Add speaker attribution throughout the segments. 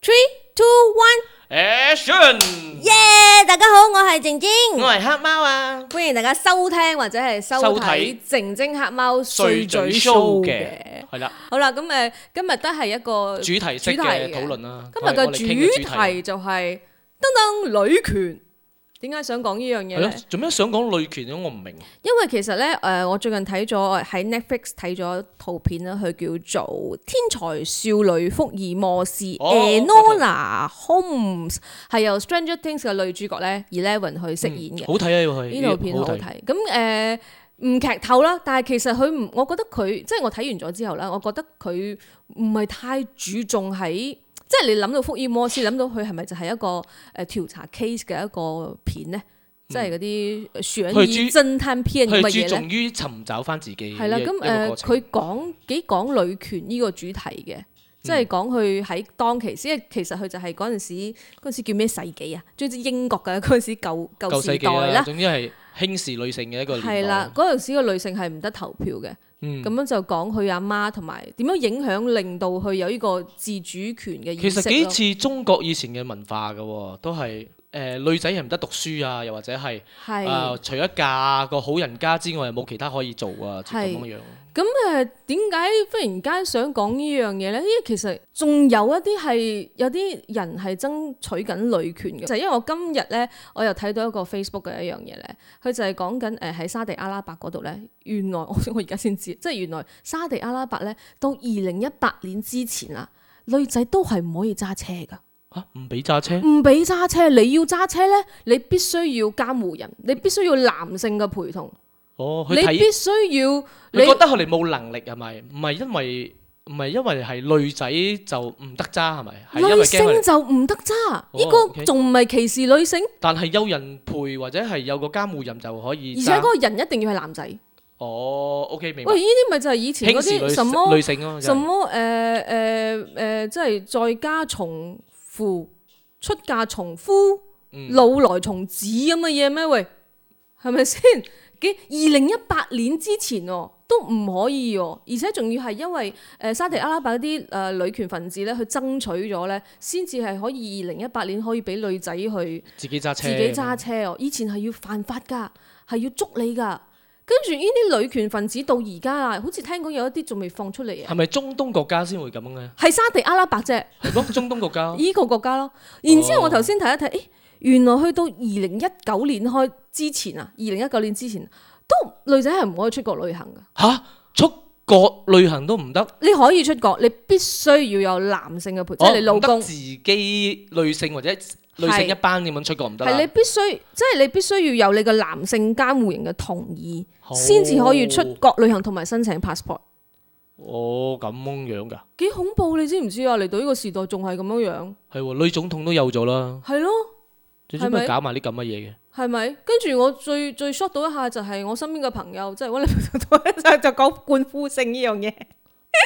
Speaker 1: Three, two, one，
Speaker 2: Action！
Speaker 1: 耶！大家好，我係靜晶，
Speaker 2: 我係黑貓啊！
Speaker 1: 歡迎大家收聽或者係收
Speaker 2: 收
Speaker 1: 睇
Speaker 2: 睇
Speaker 1: 靜晶黑貓碎嘴 show
Speaker 2: show
Speaker 1: 嘅。
Speaker 2: 係啦，
Speaker 1: 好啦，咁誒，今日都係一個
Speaker 2: 主題式
Speaker 1: 主題
Speaker 2: 嘅
Speaker 1: 嘅
Speaker 2: 討論啦。
Speaker 1: 今日
Speaker 2: 我哋
Speaker 1: 嘅
Speaker 2: 我哋傾
Speaker 1: 主
Speaker 2: 嘅
Speaker 1: 題就係噔噔女權。點解想講呢樣嘢
Speaker 2: 係咯
Speaker 1: 咧？，
Speaker 2: 做咩想講女權咧？我唔明。
Speaker 1: 因為其實咧，誒、我最近睇咗喺 Netflix 睇咗套片啦，佢叫做《天才少女福爾摩斯》
Speaker 2: 哦
Speaker 1: Enola Holmes 係由 Stranger Things 嘅女主角咧 Eleven 去飾演嘅。
Speaker 2: 好睇啊，佢
Speaker 1: 呢套片好好睇。咁誒。呃唔劇透啦，但係其實佢唔，我覺得佢即係我睇完咗之後啦，我覺得佢唔係太注重喺，即係你諗到福爾摩斯，諗到佢係咪就係一個誒、呃、調查 case 嘅一個片咧？即係嗰啲呃
Speaker 2: 嗯佢
Speaker 1: 懸疑
Speaker 2: 注
Speaker 1: 偵探片咁嘅
Speaker 2: 佢
Speaker 1: 嘢
Speaker 2: 注
Speaker 1: 咧？
Speaker 2: 重於尋找翻自己。
Speaker 1: 係啦，
Speaker 2: 一
Speaker 1: 咁
Speaker 2: 一個過
Speaker 1: 誒
Speaker 2: 程
Speaker 1: 佢講幾講女權呢個主題嘅。即
Speaker 2: 嗯
Speaker 1: 係講佢喺當其時，因為其實佢就係嗰陣時，嗰陣時叫咩世紀啊？總之英國嘅嗰陣時舊舊
Speaker 2: 舊世
Speaker 1: 時
Speaker 2: 紀啊
Speaker 1: 代啦
Speaker 2: 啦，，總之係輕視女性嘅一個年代。
Speaker 1: 係啦，，嗰陣時個女性係唔得投票嘅，咁、
Speaker 2: 嗯
Speaker 1: 樣就講佢阿媽同埋點樣影響，令到佢有呢個自主權嘅意
Speaker 2: 其
Speaker 1: 識
Speaker 2: 實幾
Speaker 1: 咯
Speaker 2: 似中國以前嘅文化嘅喎，都係誒女仔係唔得讀書啊，又或者係
Speaker 1: 係
Speaker 2: 啊除咗嫁個好人家之外，冇其他可以做啊，就咁
Speaker 1: 係
Speaker 2: 樣樣。
Speaker 1: 咁誒，點解忽然間想講呢樣嘢呢？因為其實仲有一啲係有啲人係爭取緊女權嘅，就係因為我今日呢，我又睇到一個 Facebook 嘅一樣嘢呢，佢就係講緊誒喺沙地阿拉伯嗰度呢。原來我我而家先知， 即係原來沙地阿拉伯呢，到二零一八年之前啊，女仔都係唔可以揸車㗎。
Speaker 2: 嚇唔俾揸車？
Speaker 1: 唔俾揸車，你要揸車呢，你必須要監護人，你必須要男性嘅陪同，
Speaker 2: 哦，
Speaker 1: 你
Speaker 2: 佢睇
Speaker 1: 必須要
Speaker 2: 你覺
Speaker 1: 你
Speaker 2: 得佢哋冇能力係咪？唔係因為唔係因為係女仔就唔得揸係咪？係因為
Speaker 1: 女
Speaker 2: 驚佢
Speaker 1: 性
Speaker 2: 哋，哦
Speaker 1: 就唔得揸，呢個
Speaker 2: OK
Speaker 1: 仲唔係歧視女性？
Speaker 2: 但係有人陪或者係有個監護人就可以
Speaker 1: 而且
Speaker 2: 揸
Speaker 1: 嗰。個人一定要係男仔。喂，
Speaker 2: 哦，OK 明白。
Speaker 1: 呢啲咪就係以前嗰
Speaker 2: 輕視
Speaker 1: 啲
Speaker 2: 女
Speaker 1: 什麼
Speaker 2: 女性啊咯，就
Speaker 1: 什
Speaker 2: 係
Speaker 1: 麼誒誒誒，即係在家從父，出嫁從夫，
Speaker 2: 嗯
Speaker 1: 老來從子咁嘅嘢咩？喂，係咪先？ 嘅二零一八年之前喎，都唔可以喎，而且仲要係因為誒、呃沙地阿拉伯嗰啲誒女權分子咧，去爭取咗咧，先至係可以二零一八年可以俾女仔去
Speaker 2: 自己揸
Speaker 1: 自
Speaker 2: 車。
Speaker 1: 己揸車哦。以前係要犯法㗎，係要捉你㗎。跟住呢啲女權分子到而家啊，好似聽講有一啲仲未放出嚟啊
Speaker 2: 係，咪中東國家先會咁 樣咧？
Speaker 1: 係沙地阿拉伯啫。
Speaker 2: 係咯，中東國家。
Speaker 1: 依個國家咯。然之後
Speaker 2: 哦
Speaker 1: 我頭先睇一睇，誒原來去到二零一九年開之前啊，二零一九年之前都女仔係唔可以出國旅行噶。
Speaker 2: 吓，出國旅行都唔得，
Speaker 1: 你可以出國，你必須要有男性嘅陪，即係
Speaker 2: 哦
Speaker 1: 你老
Speaker 2: 唔得
Speaker 1: 公，
Speaker 2: 自己女性或者女
Speaker 1: 係
Speaker 2: 性一班咁樣出國唔得啦
Speaker 1: 係你必須，即係你必須要有你個男性監護人嘅同意，
Speaker 2: 好
Speaker 1: 先至可以出國旅行同埋申請 passport。
Speaker 2: 哦，咁樣㗎，
Speaker 1: 幾恐怖你知唔知啊？嚟到呢個時代仲係咁樣樣，
Speaker 2: 係喎，女總統都有咗啦。
Speaker 1: 係咯。
Speaker 2: 最做
Speaker 1: 係咪
Speaker 2: 咩搞埋啲咁嘅嘢嘅？
Speaker 1: 係咪？跟住我最最 shock 到一下就係我身邊嘅朋友，即係我哋就就講冠夫性呢樣 嘢。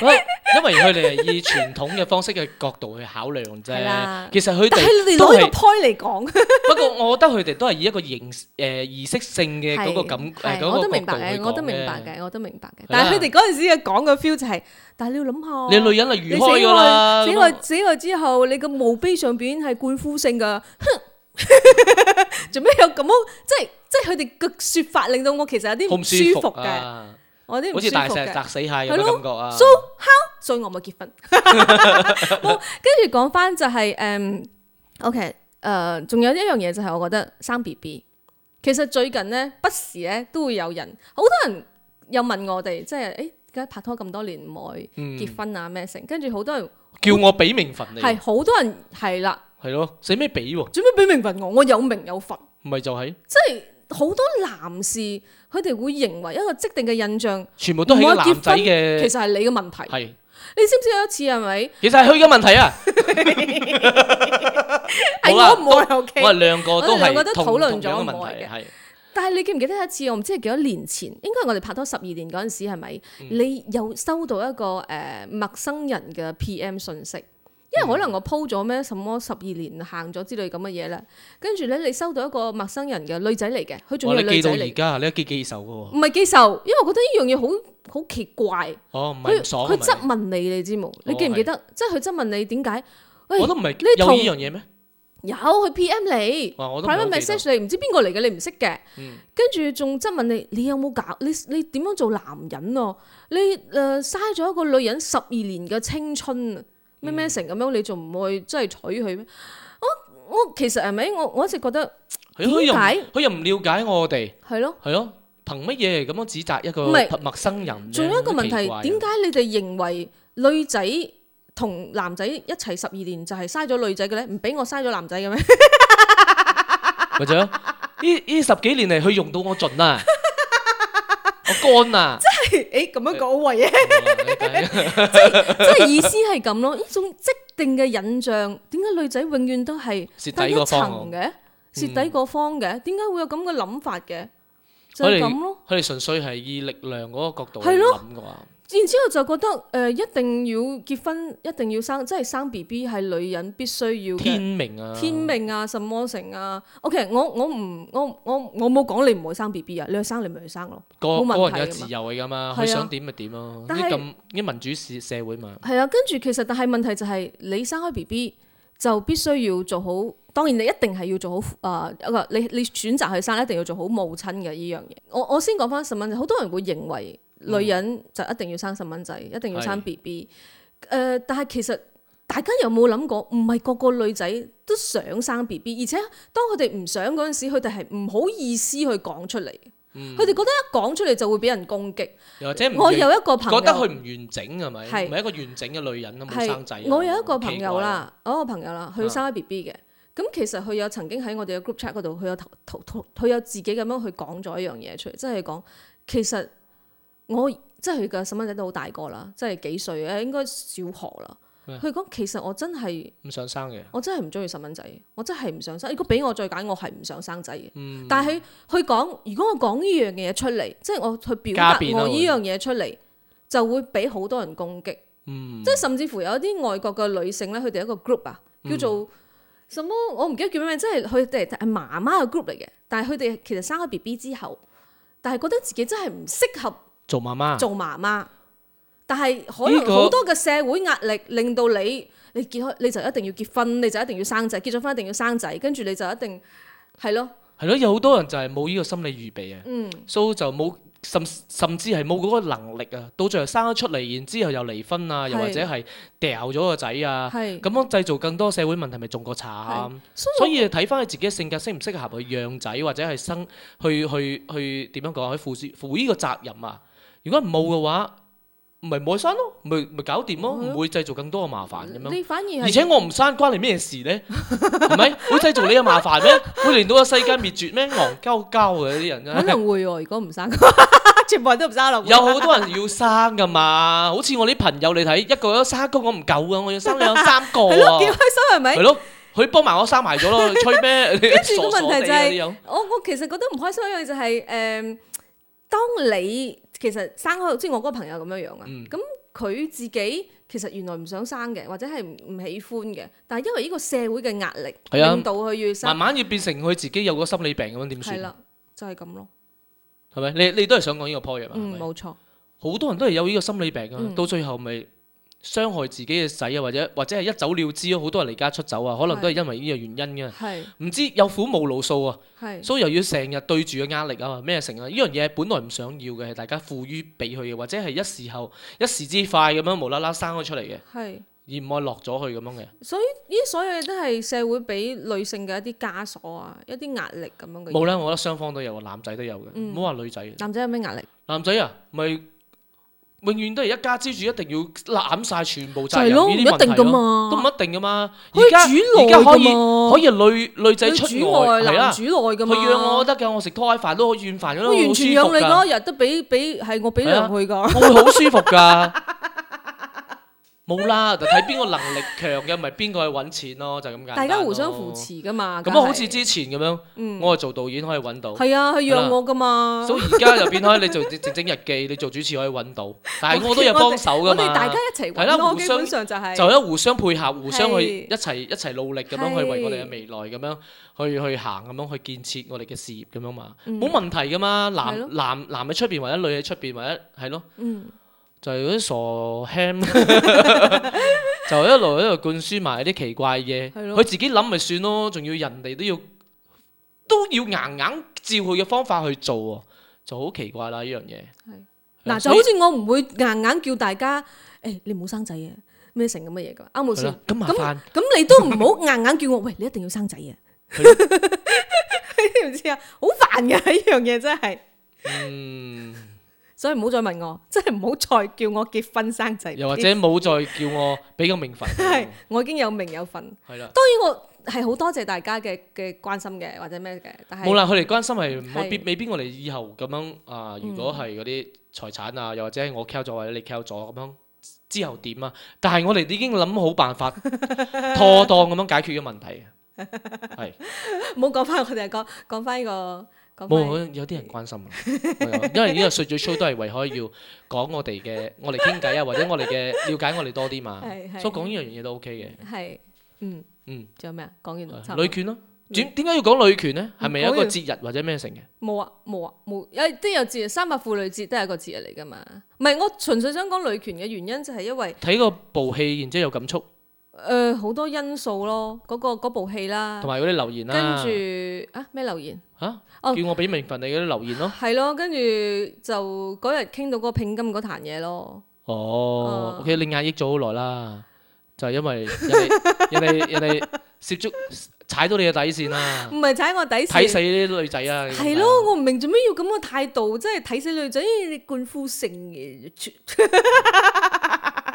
Speaker 2: 因為佢哋係以傳統嘅方式嘅角度去考量
Speaker 1: 係啦
Speaker 2: 啫。其實佢
Speaker 1: 但係
Speaker 2: 哋
Speaker 1: 你哋
Speaker 2: 都
Speaker 1: 攞
Speaker 2: 係
Speaker 1: 呢個 point 嚟講，
Speaker 2: 不過，我覺得佢哋都係以一個形誒儀式性嘅嗰個感誒
Speaker 1: 係
Speaker 2: 嗰
Speaker 1: 我都
Speaker 2: 個
Speaker 1: 明
Speaker 2: 角度
Speaker 1: 白
Speaker 2: 去
Speaker 1: 嘅，我都
Speaker 2: 講
Speaker 1: 明白
Speaker 2: 嘅。
Speaker 1: 嘅，我都明白嘅。
Speaker 2: 係啦
Speaker 1: 但係佢哋嗰陣時嘅講嘅 feel 就係，但係你要諗下，
Speaker 2: 你女人係
Speaker 1: 你
Speaker 2: 魚
Speaker 1: 死
Speaker 2: 開㗎啦，
Speaker 1: 死咗死咗之後，你個墓碑上邊係冠夫姓 㗎，哼做咩有咁樣？即係即係佢哋嘅説法令到我其實有
Speaker 2: 好
Speaker 1: 啲
Speaker 2: 唔
Speaker 1: 唔
Speaker 2: 舒
Speaker 1: 舒
Speaker 2: 服
Speaker 1: 服嘅，
Speaker 2: 啊！
Speaker 1: 我有啲唔
Speaker 2: 好
Speaker 1: 舒
Speaker 2: 似
Speaker 1: 服
Speaker 2: 大石砸
Speaker 1: 嘅。
Speaker 2: 死蟹咁
Speaker 1: 係咯
Speaker 2: 嘅感覺啊！
Speaker 1: So how？所以我咪結 婚。冇跟住講翻就係、誒、o k 誒，仲、有一樣嘢就係我覺得生 B B，其實最近呢，不時咧都會有人，好多人又問我哋，即係誒點解拍拖咁多年唔愛
Speaker 2: 嗯
Speaker 1: 結婚啊咩成？跟住好多人
Speaker 2: 叫我俾名分你，啊
Speaker 1: 係好多人係啦，
Speaker 2: 係咯，使咩俾喎？
Speaker 1: 做咩俾名分我？我有名有份，
Speaker 2: 咪就係
Speaker 1: 即係好多男士佢哋會認為一個既定嘅印象，
Speaker 2: 全部都係
Speaker 1: 唔
Speaker 2: 個
Speaker 1: 愛結
Speaker 2: 男仔
Speaker 1: 婚其
Speaker 2: 嘅，
Speaker 1: 實係你嘅問題。
Speaker 2: 係
Speaker 1: 你知唔知有一次係咪？
Speaker 2: 其實係佢嘅 問題啊！
Speaker 1: 係
Speaker 2: 好啦
Speaker 1: 哎我唔愛 OK。
Speaker 2: 我哋兩個都
Speaker 1: 我哋兩個
Speaker 2: 係
Speaker 1: 都
Speaker 2: 同
Speaker 1: 討論
Speaker 2: 同
Speaker 1: 咗
Speaker 2: 樣嘅
Speaker 1: 唔愛
Speaker 2: 問題，
Speaker 1: 嘅
Speaker 2: 係
Speaker 1: 但係你記唔記得有一次，我唔知係幾多年前，應該係我哋拍拖十二年嗰陣時係咪？
Speaker 2: 嗯
Speaker 1: 你有收到一個誒、呃陌生人嘅 PM 信息，
Speaker 2: 嗯
Speaker 1: 因為可能我 po 咗咩什麼十二年行咗之類咁嘅嘢啦，跟住咧你收到一個陌生人嘅女仔嚟嘅，佢仲
Speaker 2: 我
Speaker 1: 要
Speaker 2: 哦你
Speaker 1: 係女
Speaker 2: 記到
Speaker 1: 仔
Speaker 2: 而
Speaker 1: 嚟，
Speaker 2: 家，你都記記仇嘅
Speaker 1: 唔
Speaker 2: 喎。
Speaker 1: 係記仇，因為我覺得呢樣嘢好好奇怪。
Speaker 2: 哦，唔係
Speaker 1: 佢
Speaker 2: 唔爽哦
Speaker 1: 佢
Speaker 2: 係咪
Speaker 1: 質問你，你知冇？你記唔記得？即係佢質問你點解？誒、喂
Speaker 2: 我都唔係
Speaker 1: 你
Speaker 2: 有
Speaker 1: 同
Speaker 2: 呢樣嘢咩？
Speaker 1: 有佢 P.M 你
Speaker 2: 哇！我都唔係好
Speaker 1: private
Speaker 2: 記得
Speaker 1: message 你唔知邊個嚟嘅，你唔識嘅，
Speaker 2: 嗯
Speaker 1: 跟住仲質問你你有冇搞你你點樣做男人啊？你誒嘥咗一個女人十二年嘅青春啊，咩
Speaker 2: 嗯
Speaker 1: 咩成咁樣，你仲唔去真係娶佢咩？我我其實係咪我我一直覺得
Speaker 2: 佢佢又唔
Speaker 1: 點解
Speaker 2: 佢又唔了解我哋，
Speaker 1: 係咯。
Speaker 2: 係咯？憑乜嘢咁樣指責一
Speaker 1: 唔
Speaker 2: 個
Speaker 1: 係
Speaker 2: 陌生人呢？
Speaker 1: 仲有一個問題，
Speaker 2: 好奇怪啊
Speaker 1: 點解你哋認為女仔同男仔一齊十二年就係嘥咗女仔嘅咧？唔俾我嘥咗男仔嘅咩？
Speaker 2: 或者呢呢十幾年嚟，佢用到我盡啦，我乾啦，
Speaker 1: 誒咁樣講為 嘅，
Speaker 2: 係
Speaker 1: 即係意思係咁咯。呢種即定嘅印象，點解女仔永遠都係
Speaker 2: 蝕
Speaker 1: 得
Speaker 2: 底
Speaker 1: 一
Speaker 2: 個
Speaker 1: 層
Speaker 2: 方案。
Speaker 1: 嘅，蝕底個方嘅？點解會有咁嘅諗法嘅？就
Speaker 2: 我
Speaker 1: 係
Speaker 2: 哋
Speaker 1: 咁咯。
Speaker 2: 佢哋純粹係以力量嗰個角度去
Speaker 1: 係咯
Speaker 2: 諗嘅話，
Speaker 1: 然之後就覺得誒、呃一定要結婚，一定要生，即係生 B B 係女人必須要嘅
Speaker 2: 天。命啊，
Speaker 1: 天命啊，什麼成啊？OK，我我唔我我我冇講你唔會生 B B 啊，你去生你咪去生咯。
Speaker 2: 個
Speaker 1: 冇問題㗎嘛
Speaker 2: 個人有自由嚟噶嘛，
Speaker 1: 係啊
Speaker 2: 佢想點咪點咯。
Speaker 1: 但
Speaker 2: 啲
Speaker 1: 係
Speaker 2: 咁啲民主社社會嘛，
Speaker 1: 係啊，跟住其實但係問題就係、你生開 B B 就必須要做好，當然你一定係要做好啊、一個你你選擇去生一定要做好母親嘅呢樣嘢。我我先講翻細蚊仔，好多人會認為女人就一定要生細蚊仔，一定要生
Speaker 2: 嗯係
Speaker 1: B B。誒、但係其實大家有冇諗過，唔係個個女仔都想生 B B，而且當佢哋唔想嗰陣時，佢哋係唔好意思去講出嚟。佢哋覺得一講出嚟就會俾人攻擊。
Speaker 2: 又或者嗯唔
Speaker 1: 我
Speaker 2: 完
Speaker 1: 有一個朋友
Speaker 2: 覺得佢唔完整係咪？
Speaker 1: 係
Speaker 2: 唔係一個完整嘅女人啊，冇生仔啊。
Speaker 1: 係，我有一個
Speaker 2: 奇
Speaker 1: 朋
Speaker 2: 怪啊
Speaker 1: 友，啦，我有一個朋友啦，
Speaker 2: 啊
Speaker 1: 佢生咗 B B 嘅。咁其實佢有曾經喺我哋嘅 group chat 嗰度，佢有投投投佢有自己咁樣去講咗一樣嘢出嚟，即係佢講其實我即係佢嘅細蚊仔都好大個啦，即係幾歲誒？應該小學啦。
Speaker 2: 咩
Speaker 1: 佢講其實我真係
Speaker 2: 唔想生嘅。
Speaker 1: 我真係唔中意細蚊仔，我真係唔想生。如果俾我再揀，我係唔想生仔嘅。
Speaker 2: 嗯
Speaker 1: 但係佢佢講，如果我講呢樣嘢出嚟，即係我去表
Speaker 2: 加
Speaker 1: 達
Speaker 2: 變啦啊
Speaker 1: 我呢
Speaker 2: 會
Speaker 1: 樣嘢出嚟，就會俾好多人攻擊。
Speaker 2: 嗯
Speaker 1: 即係甚至乎有一啲外國嘅女性咧，佢哋有一個 group 啊，叫
Speaker 2: 嗯
Speaker 1: 做什麼我唔記得叫咩名，即係佢哋係媽媽嘅 group 嚟嘅，但係佢哋其實生咗 B B 之後，但係覺得自己真係唔適合
Speaker 2: 做媽媽。
Speaker 1: 做媽媽，但係可
Speaker 2: 啊呢
Speaker 1: 能
Speaker 2: 個
Speaker 1: 好多嘅社會壓力令到你，你結開你就一定要結婚，你就一定要生仔，結咗婚一定要生仔，跟住你就一定係咯，
Speaker 2: 係咯，有好多人就係冇呢個心理預備啊，
Speaker 1: 嗯
Speaker 2: 所以就冇甚甚至係冇嗰個能力啊，到最後生咗出嚟，然之後又離婚啊，又或
Speaker 1: 係
Speaker 2: 者係掉咗個仔啊，
Speaker 1: 係
Speaker 2: 咁樣製造更多社會問題，咪仲過慘
Speaker 1: 係。所以
Speaker 2: 所以睇翻佢自己嘅性格適唔適合去養仔，或者係生去去去點樣講啊，去負住負呢個責任啊。如果冇嘅話，咪冇生咯，咪咪搞掂咯，
Speaker 1: 係咯
Speaker 2: 唔會製造更多嘅麻煩咁樣。
Speaker 1: 你反而係
Speaker 2: 而且我唔生關你咩事呢？係 咪會製造你嘅麻煩咩？會令到個世界滅絕咩？戇鳩鳩嘅啲人真
Speaker 1: 可
Speaker 2: 係，哦
Speaker 1: 能會喎，如果唔生，全部人都唔生啦。
Speaker 2: 有好多人要生噶嘛。好似我啲朋友你睇，一個都生一個我唔夠啊，我要生兩三個
Speaker 1: 係咯，幾開
Speaker 2: 啊，
Speaker 1: 心係咪
Speaker 2: 係？咯，佢幫埋我生埋咗咯，吹咩？跟
Speaker 1: 住個問 題就係
Speaker 2: 係
Speaker 1: 我我其實覺得唔開心一樣就係、誒、當你其實生開，即係我嗰個朋友咁樣樣啊，
Speaker 2: 嗯
Speaker 1: 咁佢、自己其實原來唔想生嘅，或者係唔唔喜歡嘅，但係因為呢個社會嘅壓力，
Speaker 2: 係啊
Speaker 1: 令到佢要
Speaker 2: 慢
Speaker 1: 生，
Speaker 2: 慢要變成佢自己有個心理病咁樣點
Speaker 1: 係
Speaker 2: 算？啊
Speaker 1: 啦，就係、咁咯。
Speaker 2: 係咪？你你都係想講呢個 point 啊？係
Speaker 1: 嗯，
Speaker 2: 咪
Speaker 1: 冇錯，
Speaker 2: 好多人都係有呢個心理病啊，
Speaker 1: 嗯
Speaker 2: 到最後咪傷害自己嘅仔啊，或者或者係一走了之咯。好多人離家出走啊，可能都係因為呢個原因嘅。啊
Speaker 1: 係
Speaker 2: 唔知有苦冇路訴啊，
Speaker 1: 係
Speaker 2: 所以又要成日對住個壓力啊，咩成啊？呢樣嘢本來唔想要嘅，係大家賦予俾佢嘅，或者係一時候一時之快咁樣無啦啦生咗出嚟嘅，
Speaker 1: 係，
Speaker 2: 而唔係落咗去咁樣嘅。
Speaker 1: 所以呢所有嘢都係社會俾女性嘅一啲枷鎖啊，一啲壓力咁樣嘅
Speaker 2: 冇
Speaker 1: 嘢。嗯
Speaker 2: 啦，我覺得雙方都有，男仔都有嘅，唔好話女仔。
Speaker 1: 男仔有咩壓力？
Speaker 2: 男仔啊，咪永遠都係一家之主，一定要攬晒全部
Speaker 1: 就
Speaker 2: 責
Speaker 1: 係
Speaker 2: 任
Speaker 1: 咯，唔
Speaker 2: 呢啲
Speaker 1: 一
Speaker 2: 問題
Speaker 1: 定噶
Speaker 2: 咯。
Speaker 1: 嘛，
Speaker 2: 都唔一定噶嘛。
Speaker 1: 可以
Speaker 2: 而家
Speaker 1: 主內
Speaker 2: 而家可以
Speaker 1: 㗎嘛
Speaker 2: 可以女女仔
Speaker 1: 女
Speaker 2: 出
Speaker 1: 主
Speaker 2: 外
Speaker 1: 外
Speaker 2: 係
Speaker 1: 男
Speaker 2: 啦，
Speaker 1: 主內噶
Speaker 2: 佢
Speaker 1: 嘛。
Speaker 2: 養我得㗎，我食拖鞋飯都可以軟飯㗎啦，
Speaker 1: 我完全
Speaker 2: 好
Speaker 1: 養
Speaker 2: 舒服
Speaker 1: 你
Speaker 2: 㗎
Speaker 1: 嗰，日都俾俾係我俾糧佢噶，
Speaker 2: 我會好舒服㗎。 冇啦，就睇邊個能力強嘅，咪邊個去揾錢咯，就係咁簡單。
Speaker 1: 大家互相扶。持噶嘛。
Speaker 2: 咁
Speaker 1: 梗係嗯
Speaker 2: 啊，好似之前咁樣，我係做導演可以揾到，
Speaker 1: 係啊，佢養我噶嘛。
Speaker 2: 所以而家就變開你做整整日記，你做主持可以揾到，但係我都有幫手㗎
Speaker 1: 我
Speaker 2: 嘛。
Speaker 1: 哋大家一齊
Speaker 2: 係啦
Speaker 1: 揾咯，
Speaker 2: 互
Speaker 1: 基
Speaker 2: 相
Speaker 1: 本上就係
Speaker 2: 就一互相配合，互相去
Speaker 1: 係
Speaker 2: 一齊一齊努力咁樣去
Speaker 1: 係
Speaker 2: 為我哋嘅未來咁樣去去行咁樣去建設我哋嘅事業咁樣嘛，冇問題噶嘛。
Speaker 1: 係咯
Speaker 2: 男男男喺出邊或者女喺出邊或者係咯，
Speaker 1: 嗯
Speaker 2: 就係嗰啲傻 ham，就一路喺度灌輸埋啲奇怪嘢，
Speaker 1: 係咯
Speaker 2: 佢自己諗咪算咯，仲要人哋都要都要硬硬照佢嘅方法去做喎，就好奇怪啦呢樣嘢。
Speaker 1: 係
Speaker 2: 係啊
Speaker 1: 嗱，就
Speaker 2: 所以
Speaker 1: 好似我唔會硬硬叫大家，誒、你唔好生仔啊，咩成咁嘅嘢噶，啱冇
Speaker 2: 係
Speaker 1: 先
Speaker 2: 啦？，咁麻
Speaker 1: 咁
Speaker 2: 煩，
Speaker 1: 咁你都唔好硬硬叫我，喂，你一定要生仔啊！
Speaker 2: 係咯
Speaker 1: 你知唔知啊？好煩嘅呢樣嘢真係，
Speaker 2: 嗯，
Speaker 1: 所以唔好再問我，真係唔好再叫我結婚生仔。
Speaker 2: 又或者冇再叫我俾個名份，
Speaker 1: 係我已經有名有份，
Speaker 2: 係啦，
Speaker 1: 當然我係好多謝大家嘅嘅關心嘅或者咩嘅，但係
Speaker 2: 冇啦，佢哋關心係未必
Speaker 1: 係嗯
Speaker 2: 未必我哋以後咁樣啊，如果係嗰啲財產啊，又或者係我 cal 咗或者你 cal 咗咁樣。之後點啊？但係我哋已經諗好 辦法，妥當咁樣解決嘅問題。係。
Speaker 1: 唔好講翻我哋講講翻呢個
Speaker 2: 冇，
Speaker 1: 講
Speaker 2: 我有啲人關心啊，我有因為呢個碎嘴 show 都係為可以要講我 哋嘅，我哋傾偈啊，或者我哋嘅了解我哋多啲嘛，
Speaker 1: 係係
Speaker 2: 所以講呢樣嘢都 OK
Speaker 1: 翻係嗯
Speaker 2: 嗯，
Speaker 1: 仲有咩啊？講完啦，差
Speaker 2: 嘅。
Speaker 1: 唔多
Speaker 2: 女權咯，
Speaker 1: 嗯
Speaker 2: 點點解要講女權呢？係咪有一
Speaker 1: 講
Speaker 2: 個
Speaker 1: 完
Speaker 2: 節日或者咩成嘅？
Speaker 1: 冇啊冇啊冇，有都有節日，三八婦女節都係一個節日嚟噶嘛。唔係，我純粹想講女權嘅原因就係因為
Speaker 2: 睇個部戲，然之後有感觸，
Speaker 1: 誒好、多因素咯，嗰、個嗰部戲啦
Speaker 2: 同，埋嗰啲留言
Speaker 1: 啊
Speaker 2: 啊
Speaker 1: 跟
Speaker 2: 啦，
Speaker 1: 住啊咩留言
Speaker 2: 嚇
Speaker 1: 哦
Speaker 2: 叫我俾名份你嗰啲留言咯。
Speaker 1: 係咯，跟住就嗰日傾到嗰個聘金嗰壇嘢咯，
Speaker 2: 哦
Speaker 1: 啊
Speaker 2: ，OK，你壓抑咗好耐啦，就係因為人哋 人哋人哋涉足踩到你嘅底線啦
Speaker 1: 唔，係踩我底
Speaker 2: 嗯睇死
Speaker 1: 線。
Speaker 2: 啲女仔啊，
Speaker 1: 係咯，我唔明做咩要咁嘅態度，真係睇死女仔，咦你灌夫性嘅，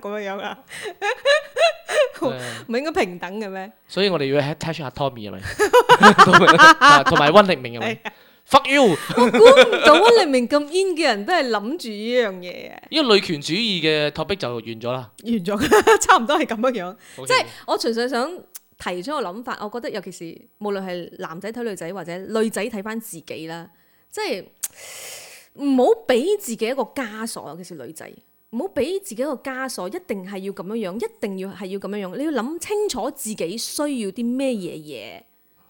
Speaker 1: 咁樣樣啦，
Speaker 2: 咁樣。
Speaker 1: 唔係應該平等嘅咩？
Speaker 2: 所以我哋要 attach 下 Tommy 係咪？同 埋 同埋温力明係咪？Fuck
Speaker 1: 啊
Speaker 2: you！
Speaker 1: 估唔到啊！黎明咁 in 嘅人都係諗住呢樣嘢啊！
Speaker 2: 呢個女權主義嘅 topic 就完咗啦。
Speaker 1: 完咗，差唔多係咁樣樣。
Speaker 2: 即
Speaker 1: 即係我純粹想提出個諗法，我覺得尤其是無論係男仔睇女仔或者女仔睇翻自己啦，即係唔好俾自己一個枷鎖，尤其是女仔。唔好俾自己一個枷鎖，一定係要咁樣樣，一定要係要咁樣樣。你要諗清楚自己需要啲咩嘢嘢，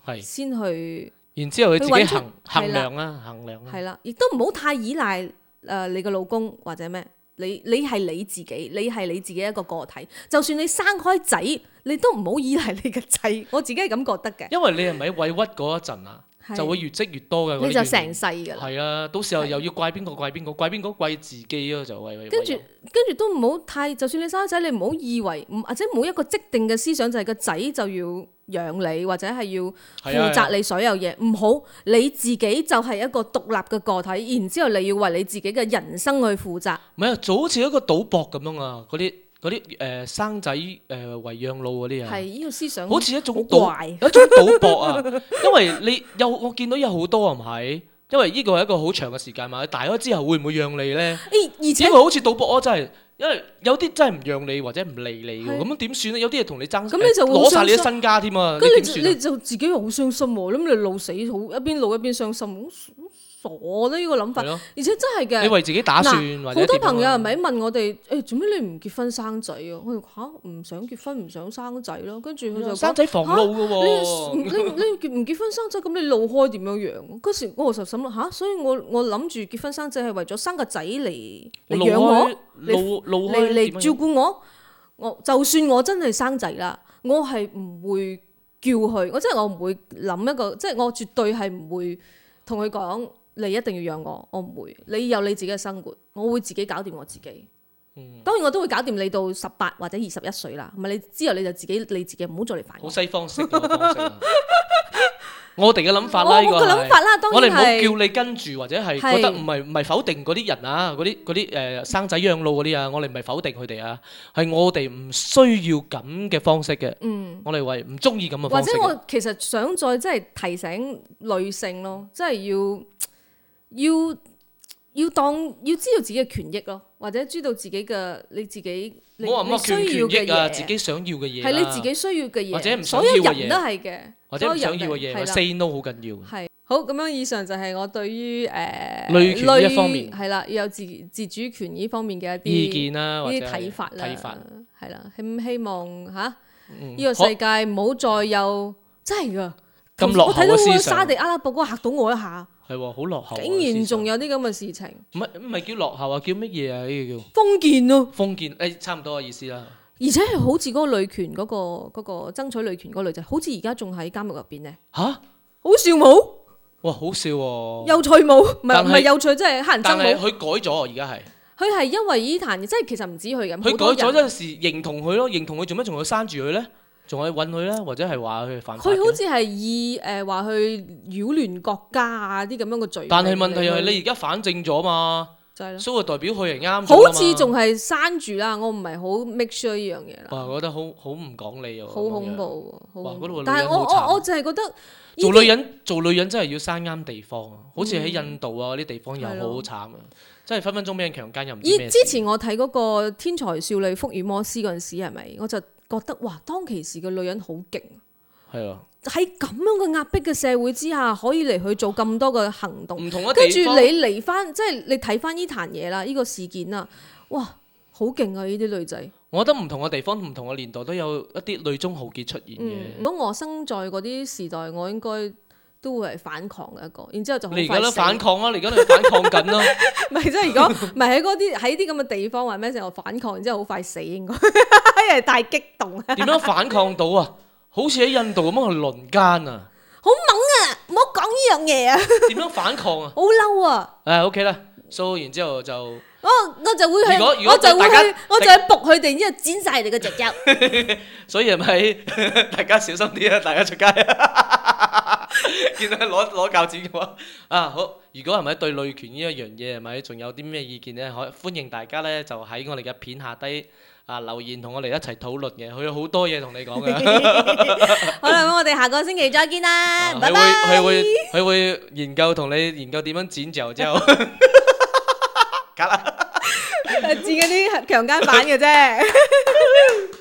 Speaker 2: 係，
Speaker 1: 先去
Speaker 2: 然之後佢自己
Speaker 1: 佢搵出
Speaker 2: 衡
Speaker 1: 係
Speaker 2: 衡
Speaker 1: 啦
Speaker 2: 量啦，衡量啊啦。
Speaker 1: 係啦。亦都唔好太依賴誒、呃你嘅老公或者咩，你你係你自己，你係你自己一個個體。就算你生開仔，你都唔好依賴你嘅仔。 我自己係咁覺得嘅。
Speaker 2: 因為你係咪委屈嗰一陣啊，
Speaker 1: 係
Speaker 2: 就會越積越多嘅嗰啲
Speaker 1: 你就
Speaker 2: 怨
Speaker 1: 成
Speaker 2: 言。
Speaker 1: 世㗎啦。
Speaker 2: 係啊，到時候
Speaker 1: 係
Speaker 2: 又要怪邊個怪邊個，怪邊個怪自己咯，就為
Speaker 1: 跟住跟住都唔好太，就算你生咗仔，你唔好以為唔或者冇一個即定嘅思想，就係個仔就要養你，或者係
Speaker 2: 啊
Speaker 1: 要負責
Speaker 2: 你。
Speaker 1: 你所有嘢。唔好你自己就係一個獨立嘅個體，然之後你要為你自己嘅人生去負責。
Speaker 2: 唔係啊，就好似一個賭博咁樣啊，嗰啲嗰啲誒生仔誒為養老嗰啲啊。
Speaker 1: 係呢個思想
Speaker 2: 好似一種
Speaker 1: 好
Speaker 2: 賭，
Speaker 1: 怪
Speaker 2: 有一種賭博啊！ 因為你有我見到有好多係唔係？因為呢個係一個好長嘅時間嘛，大咗之後會唔會讓利咧？
Speaker 1: 誒而
Speaker 2: 因為
Speaker 1: 且
Speaker 2: 好似賭博我真係，因為有啲真係唔讓你或者唔理你嘅，
Speaker 1: 係
Speaker 2: 咁樣點算咧？有啲嘢同你爭，
Speaker 1: 咁你就會好
Speaker 2: 攞晒你
Speaker 1: 傷
Speaker 2: 啲
Speaker 1: 心
Speaker 2: 身家添啊！
Speaker 1: 咁
Speaker 2: 你
Speaker 1: 你
Speaker 2: 點算
Speaker 1: 就
Speaker 2: 啊
Speaker 1: 你？就自己好傷心喎，咁你老死好一邊老一邊傷心，好傻咧呢個諗法
Speaker 2: 係。咯，
Speaker 1: 而且真係嘅
Speaker 2: 你。為自己打算或者
Speaker 1: 好多
Speaker 2: 點樣啊
Speaker 1: 朋友係咪問我哋誒做咩你唔結婚生仔啊？我哋嚇唔想結婚，唔想生仔咯。跟住佢就
Speaker 2: 嗯生
Speaker 1: 講
Speaker 2: 仔防老嘅
Speaker 1: 你
Speaker 2: 喎，
Speaker 1: 你你結唔結婚生仔咁你路開點樣養？嗰時我就心諗嚇，所以我我諗住結婚生仔係為咗生個仔嚟嚟
Speaker 2: 老
Speaker 1: 養我
Speaker 2: 開，老老
Speaker 1: 嚟
Speaker 2: 開啊點
Speaker 1: 嚟
Speaker 2: 樣
Speaker 1: 照顧我。我就算我真係生仔啦，我係唔會叫佢，我真係我唔會諗一個，即係我絕對係唔會同佢講你一定要養我，我唔會。你有你自己嘅生活，我會自己搞掂我自己。
Speaker 2: 嗯
Speaker 1: 當然我都會搞掂你到十八或者二十一歲啦，唔係你之後你就自己你自己唔好再嚟煩
Speaker 2: 好
Speaker 1: 我。
Speaker 2: 西方式嘅方 式啊！我哋嘅諗法
Speaker 1: 我
Speaker 2: 啦，呢個
Speaker 1: 我嘅
Speaker 2: 係
Speaker 1: 諗。法啦，當
Speaker 2: 我哋
Speaker 1: 然
Speaker 2: 唔好叫
Speaker 1: 係
Speaker 2: 你跟住，或者係
Speaker 1: 係
Speaker 2: 覺得唔係唔係否定嗰啲人啊，嗰啲嗰啲誒生仔養老嗰啲啊，我哋唔係否定佢哋啊，係我哋唔需要咁嘅方式嘅，
Speaker 1: 嗯，
Speaker 2: 我哋為唔中意咁嘅
Speaker 1: 或
Speaker 2: 方式
Speaker 1: 者
Speaker 2: 嘅。
Speaker 1: 我其實想再即係提醒女性咯，即係要要要當要知道自己嘅權益咯，或者知道自己嘅你自己你
Speaker 2: 我話
Speaker 1: 你
Speaker 2: 乜
Speaker 1: 需要
Speaker 2: 權
Speaker 1: 嘅
Speaker 2: 權益啊，
Speaker 1: 嘢，
Speaker 2: 自己想要嘅嘢啦
Speaker 1: 係你自己需要嘅嘢，
Speaker 2: 或者唔想
Speaker 1: 所
Speaker 2: 要嘅嘢
Speaker 1: 有人都係嘅，
Speaker 2: 或者唔想要嘅
Speaker 1: 所有
Speaker 2: 嘢，
Speaker 1: 人
Speaker 2: 或
Speaker 1: 係
Speaker 2: 者
Speaker 1: 啦
Speaker 2: say no 好緊要。
Speaker 1: 係好咁樣，以上就係我對於誒、呃、
Speaker 2: 女權呢一方面
Speaker 1: 女係啦，要有自自主權呢方面嘅一啲
Speaker 2: 意見啦，或
Speaker 1: 呢
Speaker 2: 者
Speaker 1: 啲
Speaker 2: 係
Speaker 1: 睇法啦，
Speaker 2: 睇法。
Speaker 1: 係啦，咁希望吓
Speaker 2: 嗯
Speaker 1: 呢個
Speaker 2: 好
Speaker 1: 世界唔好再有真係噶
Speaker 2: 咁落後
Speaker 1: 我
Speaker 2: 嘅
Speaker 1: 睇到
Speaker 2: 思想
Speaker 1: 沙地阿拉伯嗰個嚇到我一下，
Speaker 2: 係喎，好落後啊。
Speaker 1: 竟然仲
Speaker 2: 有
Speaker 1: 有啲咁嘅事情，
Speaker 2: 唔係唔係叫落後啊，叫乜嘢啊？呢個叫
Speaker 1: 封建咯、
Speaker 2: 封建誒，差唔多嘅意思啦。
Speaker 1: 而且係好似嗰個女權嗰、個嗰、個爭取女權嗰個女仔，好似而家仲喺監獄入邊咧，
Speaker 2: 吓，
Speaker 1: 好笑冇，
Speaker 2: 哇，好笑喎！
Speaker 1: 有趣冇，唔係
Speaker 2: 哦但
Speaker 1: 唔
Speaker 2: 係
Speaker 1: 係有趣，即係黑人憎
Speaker 2: 但係
Speaker 1: 冇。
Speaker 2: 佢改咗，而家係
Speaker 1: 佢係因為呢壇嘢，即係其實唔止佢咁，
Speaker 2: 佢
Speaker 1: 好
Speaker 2: 改
Speaker 1: 多人
Speaker 2: 咗嗰陣時，認同佢咯，認同佢做咩？仲要生住佢咧？仲可以揾佢咧？或者係話佢犯法嘅
Speaker 1: 佢好
Speaker 2: 呢？
Speaker 1: 似係以誒話去擾亂國家啊啲咁樣嘅罪名嚟去。
Speaker 2: 但係問題係你而家反證咗嘛，
Speaker 1: 就係咯，
Speaker 2: 所以代表佢係啱咗㗎嘛
Speaker 1: 好似仲係閂住啦，我唔係好 make sure 呢樣嘢啦，
Speaker 2: 哇，我覺得好好唔講理喎，啊
Speaker 1: 好恐怖喎，好
Speaker 2: 哇
Speaker 1: 恐
Speaker 2: 嗰度
Speaker 1: 怖。
Speaker 2: 嘅女人
Speaker 1: 但係我
Speaker 2: 好慘
Speaker 1: 我我就係覺得呢啲
Speaker 2: 咁樣。做女人做女人真係要生啱地方啊！好似喺印度啊嗰啲地方又
Speaker 1: 係咯
Speaker 2: 好慘啊，真係分分鐘俾人強姦又唔知咩
Speaker 1: 咦，
Speaker 2: 事
Speaker 1: 之前我睇嗰個《天才少女福爾摩斯》嗰陣時係咪？我就覺得哇，當其時嘅女人好勁，
Speaker 2: 係啊，
Speaker 1: 喺咁樣嘅壓迫嘅社會之下，可以嚟去做咁多嘅行動。
Speaker 2: 唔同嘅
Speaker 1: 跟住
Speaker 2: 嗯地方
Speaker 1: 你嚟翻，即係你睇翻呢壇嘢啦，呢、個事件啊，哇，好勁啊！呢啲女仔，
Speaker 2: 我覺得唔同嘅地方、唔同嘅年代都有一啲女中豪傑出現嘅。
Speaker 1: 嗯，如果我生在嗰啲時代，我應該都會係反抗嘅一個，然之後就好
Speaker 2: 你而
Speaker 1: 快
Speaker 2: 家都
Speaker 1: 死
Speaker 2: 反，抗啊啦，你而家都反抗緊啊啦。
Speaker 1: 唔係即係如 果唔係喺嗰啲喺啲咁嘅地方話咩成我反抗，然之後好快死應該， 因為太激動啊！
Speaker 2: 點樣反抗到啊？好似喺印度咁樣去輪奸啊？
Speaker 1: 唔好講呢樣嘢啊，
Speaker 2: 點樣反抗啊？
Speaker 1: 好嬲啊！
Speaker 2: 誒 OK 啦，so 然之後就
Speaker 1: 我我就會去，
Speaker 2: 如果如果
Speaker 1: 我就會
Speaker 2: 大家
Speaker 1: 去，我就去仆佢哋，然之後剪晒你個隻腳。
Speaker 2: 所以係咪 大家小心啲啊？大家出街啊！ 見到佢攞攞教剪嘅話，啊好！如果係咪對女權呢一樣嘢係咪仲有啲咩意見咧？可歡迎大家咧就喺我哋嘅片下低啊留言同我哋一齊討論嘅，佢有好多嘢同你 講嘅。
Speaker 1: 好啦，咁我哋下個星期再見啦，
Speaker 2: 啊佢
Speaker 1: 拜
Speaker 2: 會
Speaker 1: 拜。
Speaker 2: 佢會佢會研究同你研究點樣剪就之後，
Speaker 1: 誒，剪嗰啲強姦版嘅啫。